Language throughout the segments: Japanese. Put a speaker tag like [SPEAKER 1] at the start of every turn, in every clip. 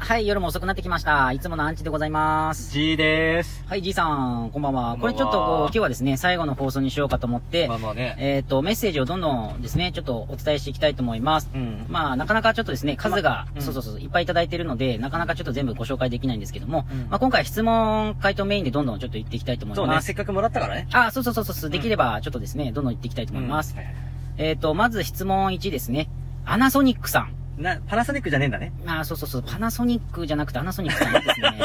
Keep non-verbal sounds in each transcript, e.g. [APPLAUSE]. [SPEAKER 1] はい、夜も遅くなってきました。いつものアンチでございます。
[SPEAKER 2] G です。
[SPEAKER 1] はい、じいさん、こんばんは。
[SPEAKER 2] こん
[SPEAKER 1] こ
[SPEAKER 2] ばんは
[SPEAKER 1] れちょっとこう、今日はですね、最後の放送にしようかと思って
[SPEAKER 2] まあ、まあね。
[SPEAKER 1] えっ、と、メッセージをどんどんですね、ちょっとお伝えしていきたいと思います。
[SPEAKER 2] うん。
[SPEAKER 1] まあ、なかなかちょっとですね、数が、
[SPEAKER 2] うん
[SPEAKER 1] そうそうそう、いっぱいいただいてるので、なかなかちょっと全部ご紹介できないんですけども、
[SPEAKER 2] うん
[SPEAKER 1] まあ今回質問、回答メインでどんどんちょっと言っていきたいと思い
[SPEAKER 2] そうね、
[SPEAKER 1] ます。
[SPEAKER 2] せっかくもらったからね。
[SPEAKER 1] あ、そうそうそうそう、できればちょっとですね、どんどん言っていきたいと思います。
[SPEAKER 2] うんはいはい
[SPEAKER 1] えっ、と、まず質問1ですね。アナソニックさん。
[SPEAKER 2] な、パナソニックじゃねえんだね。
[SPEAKER 1] あーそうそうそう、パナソニックじゃなくてアナソニックさんですね。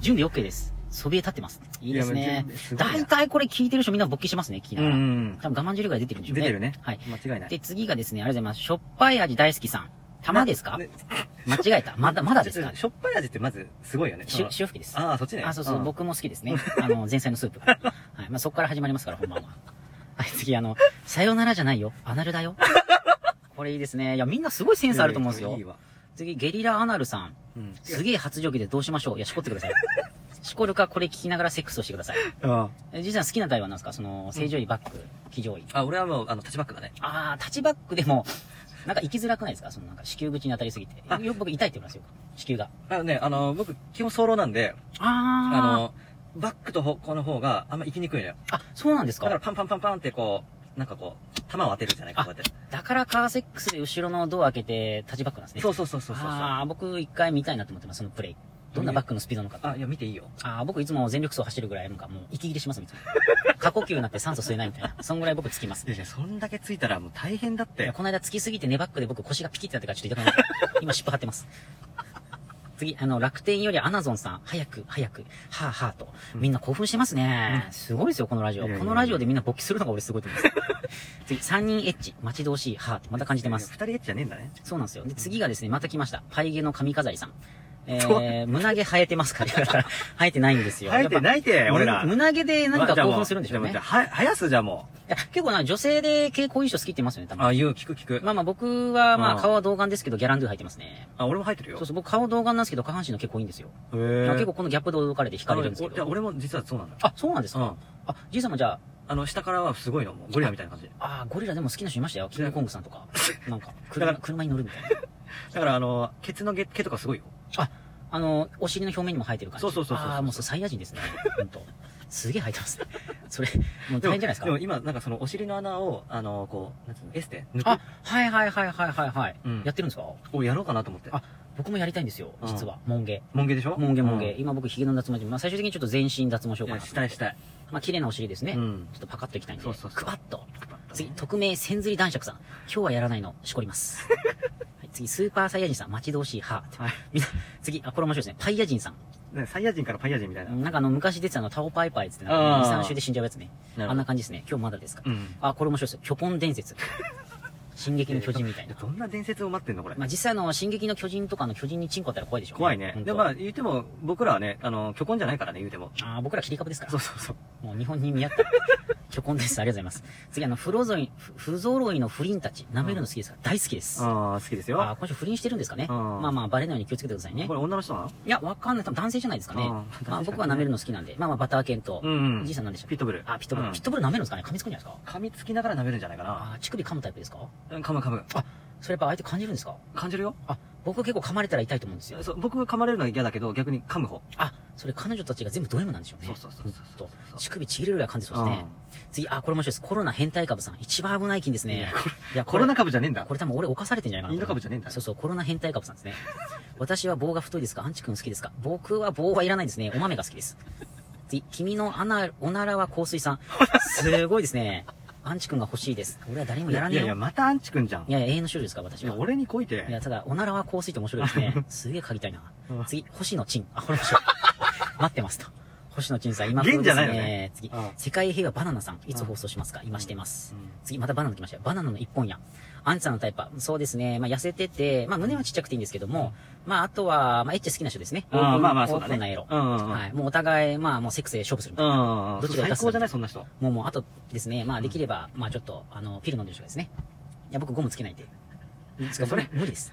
[SPEAKER 1] 準備 OK です。そびえ立ってます。いいです
[SPEAKER 2] や
[SPEAKER 1] ね
[SPEAKER 2] もう準備。すごいな
[SPEAKER 1] 大体これ聞いてる人みんな勃起しますね、聞きな
[SPEAKER 2] う
[SPEAKER 1] がら。
[SPEAKER 2] ん。
[SPEAKER 1] 多分我慢汁が出てるんでしょうね。
[SPEAKER 2] 出てるね。
[SPEAKER 1] はい。
[SPEAKER 2] 間違いない。
[SPEAKER 1] で、次がですね、ありがとうございます。しょっぱい味大好きさん。玉ですか
[SPEAKER 2] ね
[SPEAKER 1] 間違えた。まだ、まだです
[SPEAKER 2] ちょ
[SPEAKER 1] か
[SPEAKER 2] っとしょっぱい味ってまず、すごいよね。
[SPEAKER 1] しゅ塩吹きです。
[SPEAKER 2] ああ、そっちね。
[SPEAKER 1] あ、そうそう、
[SPEAKER 2] ん。
[SPEAKER 1] 僕も好きですね。あの、前菜のスープ。はい。まあ、そこから始まりますから、本番は。はい、次、あの、さよならじゃないよ。アナルだよ。これいいですね。いや、みんなすごいセンスあると思うんです
[SPEAKER 2] いい
[SPEAKER 1] よ。
[SPEAKER 2] わ。
[SPEAKER 1] 次、ゲリラアナルさん。
[SPEAKER 2] うん。
[SPEAKER 1] すげえ発情期でどうしましょういや、しこってくだ
[SPEAKER 2] [LAUGHS]
[SPEAKER 1] さい。しこるか、これ聞きながらセックスをしてください。
[SPEAKER 2] あ
[SPEAKER 1] え、じいさん好きな台は何ですかその、正常位、バック、非常位。
[SPEAKER 2] あ、俺はもう、あの、立ちバックだね。
[SPEAKER 1] あー、タッチバックでも、なんか行きづらくないですかそのなんか、子宮口に当たりすぎて。よく僕痛いって言いますよ。子宮が。
[SPEAKER 2] あのね、あの、僕、基本早漏なんで、
[SPEAKER 1] あ
[SPEAKER 2] あの、バックと方向の方があんま行きにくいのよ。
[SPEAKER 1] あ、そうなんです
[SPEAKER 2] だから
[SPEAKER 1] か
[SPEAKER 2] パンパンパンパンってこう、なんかこう、球を当てるじゃないか、こうやっ
[SPEAKER 1] だからカーセックスで後ろのドア開けて、タッチバックなんです
[SPEAKER 2] て。
[SPEAKER 1] ね。
[SPEAKER 2] そううそうそうそうそう。あ、
[SPEAKER 1] あー、僕一回見たいなと思ってます、そのプレイ。どんなバックのスピードなのか。
[SPEAKER 2] いや、見ていいよ。
[SPEAKER 1] あー、僕いつも全力走走るぐらい、なんかもう、息切れします、いつも。過呼吸になって酸素吸えないみたいな。そんぐらい僕つきます
[SPEAKER 2] い。やいや、そんだけついたらもう大変だっ
[SPEAKER 1] いや
[SPEAKER 2] て。
[SPEAKER 1] この間つきすぎてネバックで僕腰がピキってなってからちょっと痛く
[SPEAKER 2] [LAUGHS]
[SPEAKER 1] なった。今尻尾張ってます。次、あの、楽天よりアナゾンさん、早く、早く、はぁ、はぁと。みんな興奮してますね。すごいですよ、このラジオ。
[SPEAKER 2] いやいやい
[SPEAKER 1] こ
[SPEAKER 2] や
[SPEAKER 1] のラジオでみんな勃起するのが俺すごいと
[SPEAKER 2] [LAUGHS]
[SPEAKER 1] 思います。次、3人エッチ、待ち遠しい、はぁと。また感じてま
[SPEAKER 2] い
[SPEAKER 1] す
[SPEAKER 2] や。二人エッチじゃねえんだね。
[SPEAKER 1] そうなんですよ。で、次がですね、また来ました。パイゲの髪飾りさん。え
[SPEAKER 2] [LAUGHS] どう
[SPEAKER 1] ー、胸毛生えてますかって言われたら、 [LAUGHS] 生えてないんですよ。
[SPEAKER 2] 生えて
[SPEAKER 1] い
[SPEAKER 2] ないて、俺ら。
[SPEAKER 1] 胸毛で何か興奮するんでしょうね。い
[SPEAKER 2] じゃあもうじゃあは、生やすじゃあもう。
[SPEAKER 1] や結構な、女性で蛍光印象好きって言いますよね、たまに
[SPEAKER 2] あ、言う、聞く聞く。
[SPEAKER 1] まあまあ僕は、まあ
[SPEAKER 2] うん
[SPEAKER 1] 顔は童顔ですけど、ギャランドゥ履いてますね。
[SPEAKER 2] あ、俺も入ってるよ。
[SPEAKER 1] そうそう、僕顔童顔なんですけど、下半身の結構いいんですよ。
[SPEAKER 2] へ
[SPEAKER 1] だ
[SPEAKER 2] ぇ
[SPEAKER 1] から結構このギャップで驚かれて惹かれるんですけ
[SPEAKER 2] じゃあ
[SPEAKER 1] ど。
[SPEAKER 2] 俺も実はそうなんだ。
[SPEAKER 1] あ、そうなんです
[SPEAKER 2] う
[SPEAKER 1] か
[SPEAKER 2] ん。
[SPEAKER 1] あ、じいさんもじゃあ、
[SPEAKER 2] あの、下からはすごいの、もうゴリラみたいな感じ。
[SPEAKER 1] あーゴリラでも好きな人いましたよ。キングコングさんとか。なんか、
[SPEAKER 2] だ
[SPEAKER 1] 車
[SPEAKER 2] から
[SPEAKER 1] 車に乗るみたいな。
[SPEAKER 2] だからあの、ケツの毛毛とかすごいよ。
[SPEAKER 1] あ、あの、お尻の表面にも生えてる感じ。
[SPEAKER 2] そうそうそうそう
[SPEAKER 1] ああ、もうそれサイヤ人ですね。ほんと。すげえ生えてますね。それ、もう大変
[SPEAKER 2] でも
[SPEAKER 1] じゃないです
[SPEAKER 2] でも
[SPEAKER 1] か。
[SPEAKER 2] 今、なんかそのお尻の穴を、あの、こう、なんつうの、エステ抜
[SPEAKER 1] あ
[SPEAKER 2] く。、
[SPEAKER 1] はいはいはいはいはいはい。
[SPEAKER 2] うん
[SPEAKER 1] やってるんですか
[SPEAKER 2] をやろうかなと思って。
[SPEAKER 1] あ僕もやりたいんですよ、実は。モンゲ。
[SPEAKER 2] もんげでしょ
[SPEAKER 1] モンゲモンゲ。
[SPEAKER 2] う
[SPEAKER 1] 今僕ヒゲの脱毛中、まあ最終的にちょっと全身脱毛しようんか
[SPEAKER 2] い
[SPEAKER 1] な
[SPEAKER 2] や
[SPEAKER 1] と。
[SPEAKER 2] したいしたい。
[SPEAKER 1] まあ綺麗なお尻ですね。
[SPEAKER 2] うん
[SPEAKER 1] ちょっとパカッといきたいんで。
[SPEAKER 2] そうそうそう
[SPEAKER 1] クパッと。次、匿名、千釣り男爵さん。今日はやらないの、しこり
[SPEAKER 2] [LAUGHS]
[SPEAKER 1] ます。はい、次、スーパーサイヤ人さん、待ち遠しい、はぁ。
[SPEAKER 2] はい
[SPEAKER 1] みんな、次、あ、これ面白いですね。パイヤ人さん。
[SPEAKER 2] ねサイヤ人からパイヤ人みたいな。
[SPEAKER 1] なんかあの、昔出てたあの、タオパイパイっつってなん
[SPEAKER 2] あ
[SPEAKER 1] か、
[SPEAKER 2] ー
[SPEAKER 1] 2、3週で死んじゃうやつね。
[SPEAKER 2] なるほど
[SPEAKER 1] あんな感じですね。今日まだですか。
[SPEAKER 2] うん
[SPEAKER 1] あ、これ面白いですよ。巨根伝説。進撃の巨人みた
[SPEAKER 2] [LAUGHS]
[SPEAKER 1] いな。
[SPEAKER 2] どんな伝説を待ってんのこれ。
[SPEAKER 1] まあ、実際あの、進撃の巨人とかの巨人にチンコあったら怖いでしょう、
[SPEAKER 2] 怖いね
[SPEAKER 1] ほ。んと
[SPEAKER 2] でもまあ、言っても、僕らはね、あの、虚婚じゃないからね、言うても。
[SPEAKER 1] あー僕ら切り株ですから
[SPEAKER 2] そう。そうそう。
[SPEAKER 1] もう日本に見合った。巨根です。ありがとうございます。次、あの、不揃い、ふ不揃いの不倫たち。舐めるの好きですか、大好きです。あ
[SPEAKER 2] ああ、好きですよ。
[SPEAKER 1] あー、今週不倫してるんですかね。
[SPEAKER 2] うん
[SPEAKER 1] まあまあ、バレないように気をつけてくださいね
[SPEAKER 2] こ。れ女の人なの
[SPEAKER 1] いや、わかんない。多分男性じゃないですかね
[SPEAKER 2] うん。
[SPEAKER 1] まあ
[SPEAKER 2] 男性
[SPEAKER 1] 僕は舐めるの好きなんで。まあまあ、バター犬と。
[SPEAKER 2] うんうん
[SPEAKER 1] じいさんなんでしょう
[SPEAKER 2] ピットブル
[SPEAKER 1] あ、ピットブル。
[SPEAKER 2] うん
[SPEAKER 1] ピットブル舐めるんですかね噛みつくんじゃないですか
[SPEAKER 2] 噛みつきながら舐めるんじゃないかな。
[SPEAKER 1] ああ、乳首噛むタイプですか
[SPEAKER 2] うん噛む噛む。
[SPEAKER 1] あ、それやっぱ相手感じるんですか
[SPEAKER 2] 感じるよ
[SPEAKER 1] あ、僕結構噛まれたら痛いと思うんですよ。
[SPEAKER 2] そう僕噛まれるのは嫌だけど、逆に噛む方。
[SPEAKER 1] あ、それ彼女たちが全部ド M なんでしょうね。
[SPEAKER 2] そうそうそうそう
[SPEAKER 1] ほんと乳首ちぎれるぐらい感じそうですね
[SPEAKER 2] うん。
[SPEAKER 1] 次、あ、これ面白いです。コロナ変態株さん。一番危ない菌ですね。いや
[SPEAKER 2] コロナ株じゃねえんだ。
[SPEAKER 1] これ多分俺犯されてんじゃないかな。
[SPEAKER 2] インド株じゃねえんだ
[SPEAKER 1] そうそう、コロナ変態株さんですね。私は棒が太いですかアンチ君好きですか僕は棒はいらないですね。お豆が好きです。次、君のアナ、おならは香水さ
[SPEAKER 2] [LAUGHS]
[SPEAKER 1] ん。すごいですね。アンチ君が欲しいです。俺は誰にもやら
[SPEAKER 2] い
[SPEAKER 1] ねえよ。
[SPEAKER 2] やい
[SPEAKER 1] いや
[SPEAKER 2] や、またアンチくんじゃん。い
[SPEAKER 1] 永遠の少女ですから、私は。
[SPEAKER 2] や、俺にこい
[SPEAKER 1] いや、
[SPEAKER 2] て。
[SPEAKER 1] ただ、おならは香水って面白いですね。
[SPEAKER 2] [LAUGHS]
[SPEAKER 1] すげえ嗅ぎたいな
[SPEAKER 2] うん。
[SPEAKER 1] 次、星野チン。あ、これ面白い。 [LAUGHS] 待ってますと。星野チンさん、今風
[SPEAKER 2] 現じ
[SPEAKER 1] で
[SPEAKER 2] ゃ
[SPEAKER 1] す
[SPEAKER 2] ないよ
[SPEAKER 1] ね
[SPEAKER 2] ね。
[SPEAKER 1] 次
[SPEAKER 2] うん、
[SPEAKER 1] 世界平和バナナさん。いつ
[SPEAKER 2] うん
[SPEAKER 1] 放送しますか今してます
[SPEAKER 2] うん。
[SPEAKER 1] 次、またバナナ来ましたよ。バナナの一本や。アンチさんのタイプは、そうですね。まあ、痩せてて、まあ、胸はちっちゃくていいんですけども、まあ、あとは、まあ、エッチ好きな人ですね。
[SPEAKER 2] うん
[SPEAKER 1] オープン
[SPEAKER 2] まあまあそうだね
[SPEAKER 1] オープンなエロ。
[SPEAKER 2] うんうんうん
[SPEAKER 1] はい。もうお互い、まあ、もうセックスで勝負するみた
[SPEAKER 2] う
[SPEAKER 1] いな。
[SPEAKER 2] ん。
[SPEAKER 1] どっちが
[SPEAKER 2] 最
[SPEAKER 1] 出す
[SPEAKER 2] 高じゃないそんな人。
[SPEAKER 1] もうもう、あとですね、まあ、できれば、まあ、ちょっと、あの、ピル飲んでる人がですね。いや、僕ゴムつけないんで。
[SPEAKER 2] それ、
[SPEAKER 1] 無理です。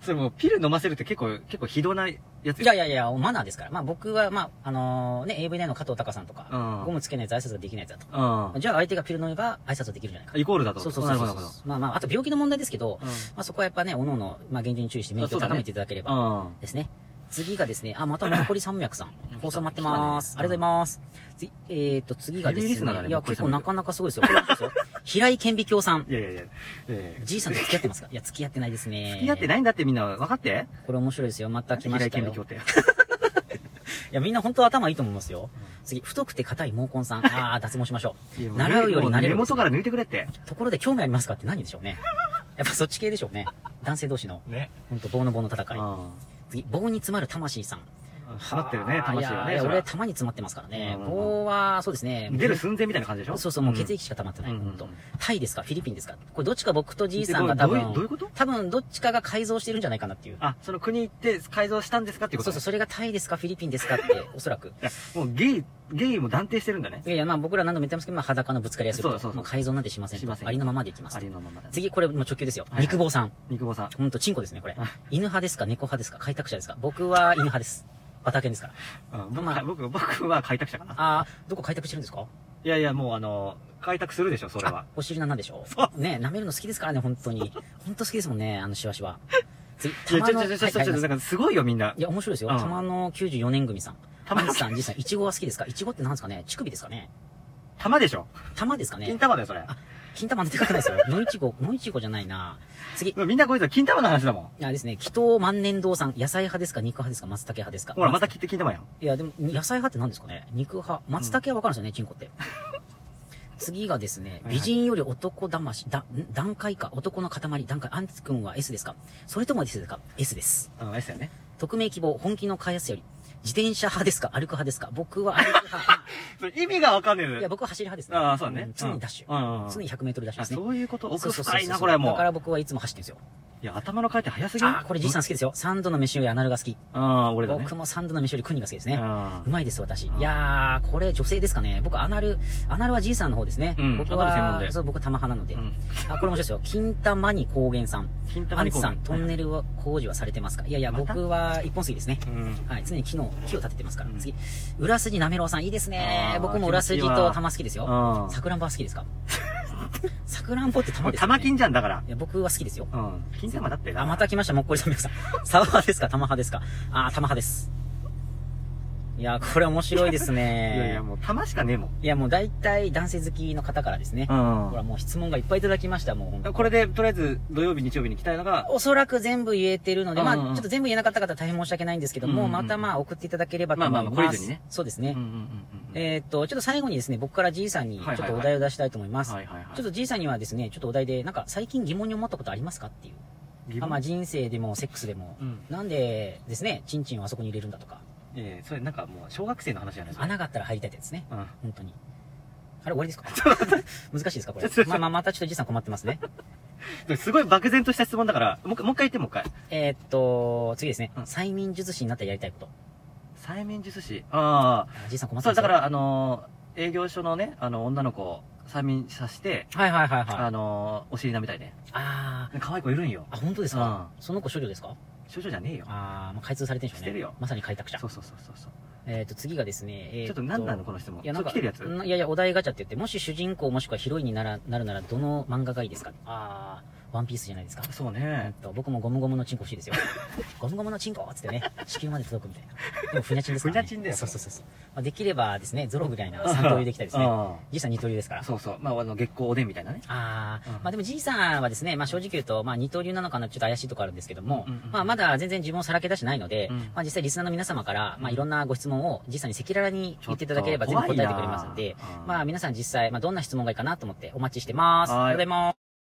[SPEAKER 2] それもうピル飲ませるって結構、結構ひどないやつ
[SPEAKER 1] いやいやいや、マナーですから。まあ僕は、まあ、あのね、AV 内の加藤隆さんとか
[SPEAKER 2] う、ん
[SPEAKER 1] ゴムつけないと挨拶ができないやつだと。
[SPEAKER 2] うん。
[SPEAKER 1] じゃあ相手がピルノイが挨拶できるんじゃないか。
[SPEAKER 2] イコールだと。
[SPEAKER 1] そうそうそうそ
[SPEAKER 2] な
[SPEAKER 1] う
[SPEAKER 2] るほどなる
[SPEAKER 1] まあまあ、あと病気の問題ですけど、
[SPEAKER 2] うん
[SPEAKER 1] まあそこはやっぱね、おのおの、まあ現状に注意して免疫を高めていただければ
[SPEAKER 2] ほど。うん。
[SPEAKER 1] ですね。次がですね、あ、また残り山脈さん。放送待ってます。ありがとうございます。ついえーと、次がで
[SPEAKER 2] ヘビーリ
[SPEAKER 1] す
[SPEAKER 2] スナーだ
[SPEAKER 1] ね、
[SPEAKER 2] ね
[SPEAKER 1] いや、
[SPEAKER 2] 残り
[SPEAKER 1] 結
[SPEAKER 2] 山
[SPEAKER 1] 構な
[SPEAKER 2] 脈
[SPEAKER 1] かなかすごいですよ。これですよ平井顕微鏡さん。
[SPEAKER 2] いやいやいや。ええ
[SPEAKER 1] じいさんと付き合ってますかいや、付き合ってないですね。
[SPEAKER 2] 付き合ってないいんだってみんな分かって
[SPEAKER 1] これ面白いですよ。また来ま
[SPEAKER 2] 平
[SPEAKER 1] し
[SPEAKER 2] 井
[SPEAKER 1] た
[SPEAKER 2] 健
[SPEAKER 1] よ
[SPEAKER 2] 美。協定。
[SPEAKER 1] いや、みんな本当頭いいと思いますよ。次、太くて硬い毛根さん。
[SPEAKER 2] [LAUGHS]
[SPEAKER 1] ああ、脱毛しましょ
[SPEAKER 2] いや
[SPEAKER 1] う。習うより慣れ
[SPEAKER 2] も
[SPEAKER 1] る
[SPEAKER 2] う根。元から抜いてくれって。
[SPEAKER 1] ところで興味ありますかって何でしょうね。やっぱそっち系でしょうね。男性同士の、
[SPEAKER 2] ね。
[SPEAKER 1] ほんと棒の棒の戦
[SPEAKER 2] う
[SPEAKER 1] い。
[SPEAKER 2] ん。
[SPEAKER 1] 次、棒に詰まる魂さん。
[SPEAKER 2] 詰まってるね、魂
[SPEAKER 1] は
[SPEAKER 2] が
[SPEAKER 1] ね。い
[SPEAKER 2] ね。
[SPEAKER 1] や、
[SPEAKER 2] それ
[SPEAKER 1] 俺
[SPEAKER 2] は
[SPEAKER 1] 玉に詰まってますからね。
[SPEAKER 2] うんうんうん
[SPEAKER 1] 棒は、そうですね。
[SPEAKER 2] 出る寸前みたいな感じでしょ
[SPEAKER 1] そうそう、もう血
[SPEAKER 2] 液。
[SPEAKER 1] 液しか溜まってない。
[SPEAKER 2] うんうん
[SPEAKER 1] ほんとタイですかフィリピンですかこれどっちか僕とじいさんが
[SPEAKER 2] で
[SPEAKER 1] 多
[SPEAKER 2] どう
[SPEAKER 1] 分
[SPEAKER 2] どういうどういうこと
[SPEAKER 1] 多分どっちかが改造してるんじゃないかなっていう。
[SPEAKER 2] あ、その国行って改造したんですかっていうこ
[SPEAKER 1] そ
[SPEAKER 2] と
[SPEAKER 1] うそう、
[SPEAKER 2] う
[SPEAKER 1] それがタイですかフィリピンです
[SPEAKER 2] [LAUGHS]
[SPEAKER 1] かって、おそらく。
[SPEAKER 2] そう。もうゲイ、ゲイも断定してるんだね
[SPEAKER 1] い。やいや、まあ僕ら何度も言ってますけど、まあ裸のぶつかり合いする
[SPEAKER 2] そ
[SPEAKER 1] と。
[SPEAKER 2] うそうそう
[SPEAKER 1] もう改造なんてしません
[SPEAKER 2] し
[SPEAKER 1] と
[SPEAKER 2] ませ。ん
[SPEAKER 1] ありのままでいきま
[SPEAKER 2] あ
[SPEAKER 1] すと
[SPEAKER 2] り。のままだ。
[SPEAKER 1] 次、これもう直球ですよ。
[SPEAKER 2] はいはい
[SPEAKER 1] 肉棒さん。
[SPEAKER 2] 肉棒さん。
[SPEAKER 1] ほんと、チンコですね、これ
[SPEAKER 2] あ。
[SPEAKER 1] 犬派ですか猫派ですか開拓者ですか僕は犬派です。バタケンですから。
[SPEAKER 2] うん
[SPEAKER 1] まあ
[SPEAKER 2] 僕、僕僕は開拓者かな。
[SPEAKER 1] あー、どこ開拓してるんですか
[SPEAKER 2] いやいや、もうあの、開拓するでしょ、それ
[SPEAKER 1] あ
[SPEAKER 2] は。、
[SPEAKER 1] お尻なんなんでしょ
[SPEAKER 2] そう
[SPEAKER 1] ね舐めるの好きですからね、本当に。本当好きですもんね、あのシワシワ。次、
[SPEAKER 2] いや、
[SPEAKER 1] 玉
[SPEAKER 2] ち
[SPEAKER 1] の、
[SPEAKER 2] ょ、
[SPEAKER 1] は
[SPEAKER 2] ち
[SPEAKER 1] い
[SPEAKER 2] ょ、ちょ、ちょ、
[SPEAKER 1] はい
[SPEAKER 2] ちょ、なんかすごいよ、みんな。
[SPEAKER 1] いや、面白いですよ。
[SPEAKER 2] うん
[SPEAKER 1] 玉の94年組さん。
[SPEAKER 2] 玉
[SPEAKER 1] 玉さん、じいさん、いちごは好きですかいちごって何ですかね乳首ですかね
[SPEAKER 2] 玉でしょ
[SPEAKER 1] 玉ですか
[SPEAKER 2] 金
[SPEAKER 1] ね
[SPEAKER 2] 玉だよ、それ。
[SPEAKER 1] 金玉出てこないですよ。のいちご、のいちごじゃないな次。
[SPEAKER 2] みんなこいつは金玉の話だもん。
[SPEAKER 1] あれですね、祈祷万年堂さん。野菜派ですか肉派ですか松茸派ですか
[SPEAKER 2] ほら、ま
[SPEAKER 1] 松
[SPEAKER 2] た切って金玉やん。
[SPEAKER 1] いや、でも、野菜派って何ですかね肉派。松茸はわかるんですよね、チンコって。 [LAUGHS] 次がですね、
[SPEAKER 2] はい
[SPEAKER 1] 美人より男魂、だ、ん段階か、男の塊、段階、アンツ君は S ですかそれとも S ですか ?S です。
[SPEAKER 2] うん、ですよね。
[SPEAKER 1] 匿名希望、本気の開発より、自転車派ですか歩く派ですか僕は歩く派。
[SPEAKER 2] [LAUGHS] それ意味がわかんねえ
[SPEAKER 1] いや、僕は走り派ですね。
[SPEAKER 2] ああ、そうだね
[SPEAKER 1] ん。常にダッシ
[SPEAKER 2] うんうんうん
[SPEAKER 1] ュ。常に100メートルダッシュ
[SPEAKER 2] あ
[SPEAKER 1] ですね。
[SPEAKER 2] そういうこと奥
[SPEAKER 1] そうそうそう
[SPEAKER 2] 深いな、これ
[SPEAKER 1] だ
[SPEAKER 2] も
[SPEAKER 1] か
[SPEAKER 2] う。
[SPEAKER 1] ら僕はいつも走ってるんですよ。
[SPEAKER 2] いや、頭の回転早すぎ
[SPEAKER 1] ああ、これじいさん好きですよ。サンドの飯よりアナルが好き。
[SPEAKER 2] ん。ああ、俺だね。
[SPEAKER 1] 僕もサンドの飯よりクニが好きです
[SPEAKER 2] う
[SPEAKER 1] ね。
[SPEAKER 2] ん
[SPEAKER 1] うまいです、私。
[SPEAKER 2] あー
[SPEAKER 1] いやー、これ女性ですかね。僕、アナル、アナルはじいさんの方ですね。
[SPEAKER 2] うん
[SPEAKER 1] 僕
[SPEAKER 2] アナル専
[SPEAKER 1] は
[SPEAKER 2] 門、で
[SPEAKER 1] そう、僕、玉派なので。
[SPEAKER 2] うん。
[SPEAKER 1] あ、これ面白いですよ。金玉に高原さん。
[SPEAKER 2] 金
[SPEAKER 1] ア
[SPEAKER 2] 玉
[SPEAKER 1] ン
[SPEAKER 2] に
[SPEAKER 1] ツ
[SPEAKER 2] こう。
[SPEAKER 1] さん、トンネルを工事はされてますかいやいや、
[SPEAKER 2] また
[SPEAKER 1] 僕は一本杉ですね。
[SPEAKER 2] うん。
[SPEAKER 1] はい、常に木の、木を立ててますから。
[SPEAKER 2] うん
[SPEAKER 1] 次、裏筋なめろうさん、いいですね
[SPEAKER 2] あ。ー
[SPEAKER 1] 僕も裏筋
[SPEAKER 2] 気持ちいい
[SPEAKER 1] と
[SPEAKER 2] わ
[SPEAKER 1] 玉好きですよ。
[SPEAKER 2] うん。
[SPEAKER 1] さくらんぼは好き
[SPEAKER 2] [LAUGHS]
[SPEAKER 1] ですかさくらんぼって玉ですよ、ね。
[SPEAKER 2] 玉金じゃん、だから
[SPEAKER 1] い。や、僕は好きですよ。
[SPEAKER 2] うん。金玉だって。
[SPEAKER 1] あ、また来ました、もっこりさん、皆さん。サワ派ですか玉派ですかあー、玉派です。いや、これ面白いです
[SPEAKER 2] [LAUGHS] い
[SPEAKER 1] ね。
[SPEAKER 2] やいや、もう玉しかねえもん。
[SPEAKER 1] いやもう大体男性好きの方からですね。ほら、もう質問がいっぱいいただきました、もう本当。
[SPEAKER 2] これで、とりあえず、土曜日、日曜日に来たいのが、
[SPEAKER 1] おそらく全部言えてるので、まあ、
[SPEAKER 2] うんうんうん
[SPEAKER 1] ちょっと全部言えなかった方は大変申し訳ないんですけども、
[SPEAKER 2] うんうんうん
[SPEAKER 1] またまあ送っていただければと思い
[SPEAKER 2] ま
[SPEAKER 1] ま
[SPEAKER 2] あ
[SPEAKER 1] す。
[SPEAKER 2] まあまあ懲りずにね
[SPEAKER 1] そうです
[SPEAKER 2] う
[SPEAKER 1] ね。
[SPEAKER 2] んうんうんうん。
[SPEAKER 1] えーっと、ちょっと最後にですね、僕からじいさんにちょっとお題を出したいと思います。
[SPEAKER 2] はいはいはい。
[SPEAKER 1] ちょっとじいさんにはですね、ちょっとお題で、なんか最近疑問に思ったことありますかっていう。まあ
[SPEAKER 2] 疑問
[SPEAKER 1] まあ人生でもセックスでも、
[SPEAKER 2] うん
[SPEAKER 1] なんでですね、チンチンをあそこに入れるんだとか、
[SPEAKER 2] ええ、それなんかもう、小学生の話じゃないですか。
[SPEAKER 1] 穴があったら入りたいってやつね。
[SPEAKER 2] うん。
[SPEAKER 1] 本当に。あれ終わりですか [LAUGHS] 難しいですかこれ
[SPEAKER 2] ちょっ。と
[SPEAKER 1] まあまあまたちょっとじいさん困ってます
[SPEAKER 2] [LAUGHS]
[SPEAKER 1] ね。
[SPEAKER 2] すごい漠然とした質問だから、もう一回もう一回言って、もう一回。
[SPEAKER 1] えーっと、次ですね。
[SPEAKER 2] うん
[SPEAKER 1] 催眠術師になったらやりたいこと。
[SPEAKER 2] 催眠術師。あ
[SPEAKER 1] あじいさん困
[SPEAKER 2] あ。
[SPEAKER 1] って
[SPEAKER 2] そ
[SPEAKER 1] ま
[SPEAKER 2] う、
[SPEAKER 1] す
[SPEAKER 2] だ
[SPEAKER 1] よ
[SPEAKER 2] から、あのー、営業所のね、あの、女の子を催眠させて、
[SPEAKER 1] はいはいはいはい。
[SPEAKER 2] あのー、お尻舐めたいね。
[SPEAKER 1] あ
[SPEAKER 2] 可愛い子いるんよ
[SPEAKER 1] ー。あ、本当ですかその子処女ですか
[SPEAKER 2] 少女じゃねえよ。
[SPEAKER 1] あー、まあ、開通されてるんでしょうね。
[SPEAKER 2] してるよ
[SPEAKER 1] まさに開拓者
[SPEAKER 2] そ。うそうそうそうそう。
[SPEAKER 1] えーっと、次がですね、えー
[SPEAKER 2] ちょっと何なのこの質問。
[SPEAKER 1] い
[SPEAKER 2] ち
[SPEAKER 1] や、
[SPEAKER 2] ょっ
[SPEAKER 1] なん
[SPEAKER 2] と
[SPEAKER 1] か、
[SPEAKER 2] 来てるやつ
[SPEAKER 1] んいやいや、お題ガチャって言って、もし主人公もしくはヒロインにならなるなら、どの漫画がいいですかあー、ワンピースじゃないですか。
[SPEAKER 2] そう
[SPEAKER 1] えっ
[SPEAKER 2] ね。
[SPEAKER 1] と、僕もゴムゴムのチンコ欲しいです
[SPEAKER 2] [LAUGHS]
[SPEAKER 1] よ。ゴムゴムのチンコっつってね、地球まで届くみたいな。でも、ふにゃちんですから、ね。
[SPEAKER 2] ふにゃちんだよ
[SPEAKER 1] そうそうそうそう。まあ、できればですね、ゾロぐらいな三刀流でいきたいです
[SPEAKER 2] [LAUGHS]
[SPEAKER 1] ね。
[SPEAKER 2] あ
[SPEAKER 1] じいさん二刀流ですか
[SPEAKER 2] あ
[SPEAKER 1] ら。
[SPEAKER 2] そうそう。まあ、あの、月光おでんみたいなね。
[SPEAKER 1] ああ、
[SPEAKER 2] うん
[SPEAKER 1] まあでもじいさんはですね、まあ正直言うと、まあ二刀流なのかな、ちょっと怪しいところあるんですけども、
[SPEAKER 2] うんうんうん
[SPEAKER 1] まあまだ全然自分をさらけ出してないので、
[SPEAKER 2] うん
[SPEAKER 1] まあ実際リスナーの皆様から、まあいろんなご質問をじいさんに赤裸々に言っていただければ
[SPEAKER 2] ち
[SPEAKER 1] 全
[SPEAKER 2] ょ
[SPEAKER 1] 部
[SPEAKER 2] っと
[SPEAKER 1] 答えてくれますんで
[SPEAKER 2] 怖いな、あ
[SPEAKER 1] まあ皆さん実際、まあどんな質問がいいかなと思ってお待ちしてます。あ
[SPEAKER 2] はい
[SPEAKER 1] りがとうございます。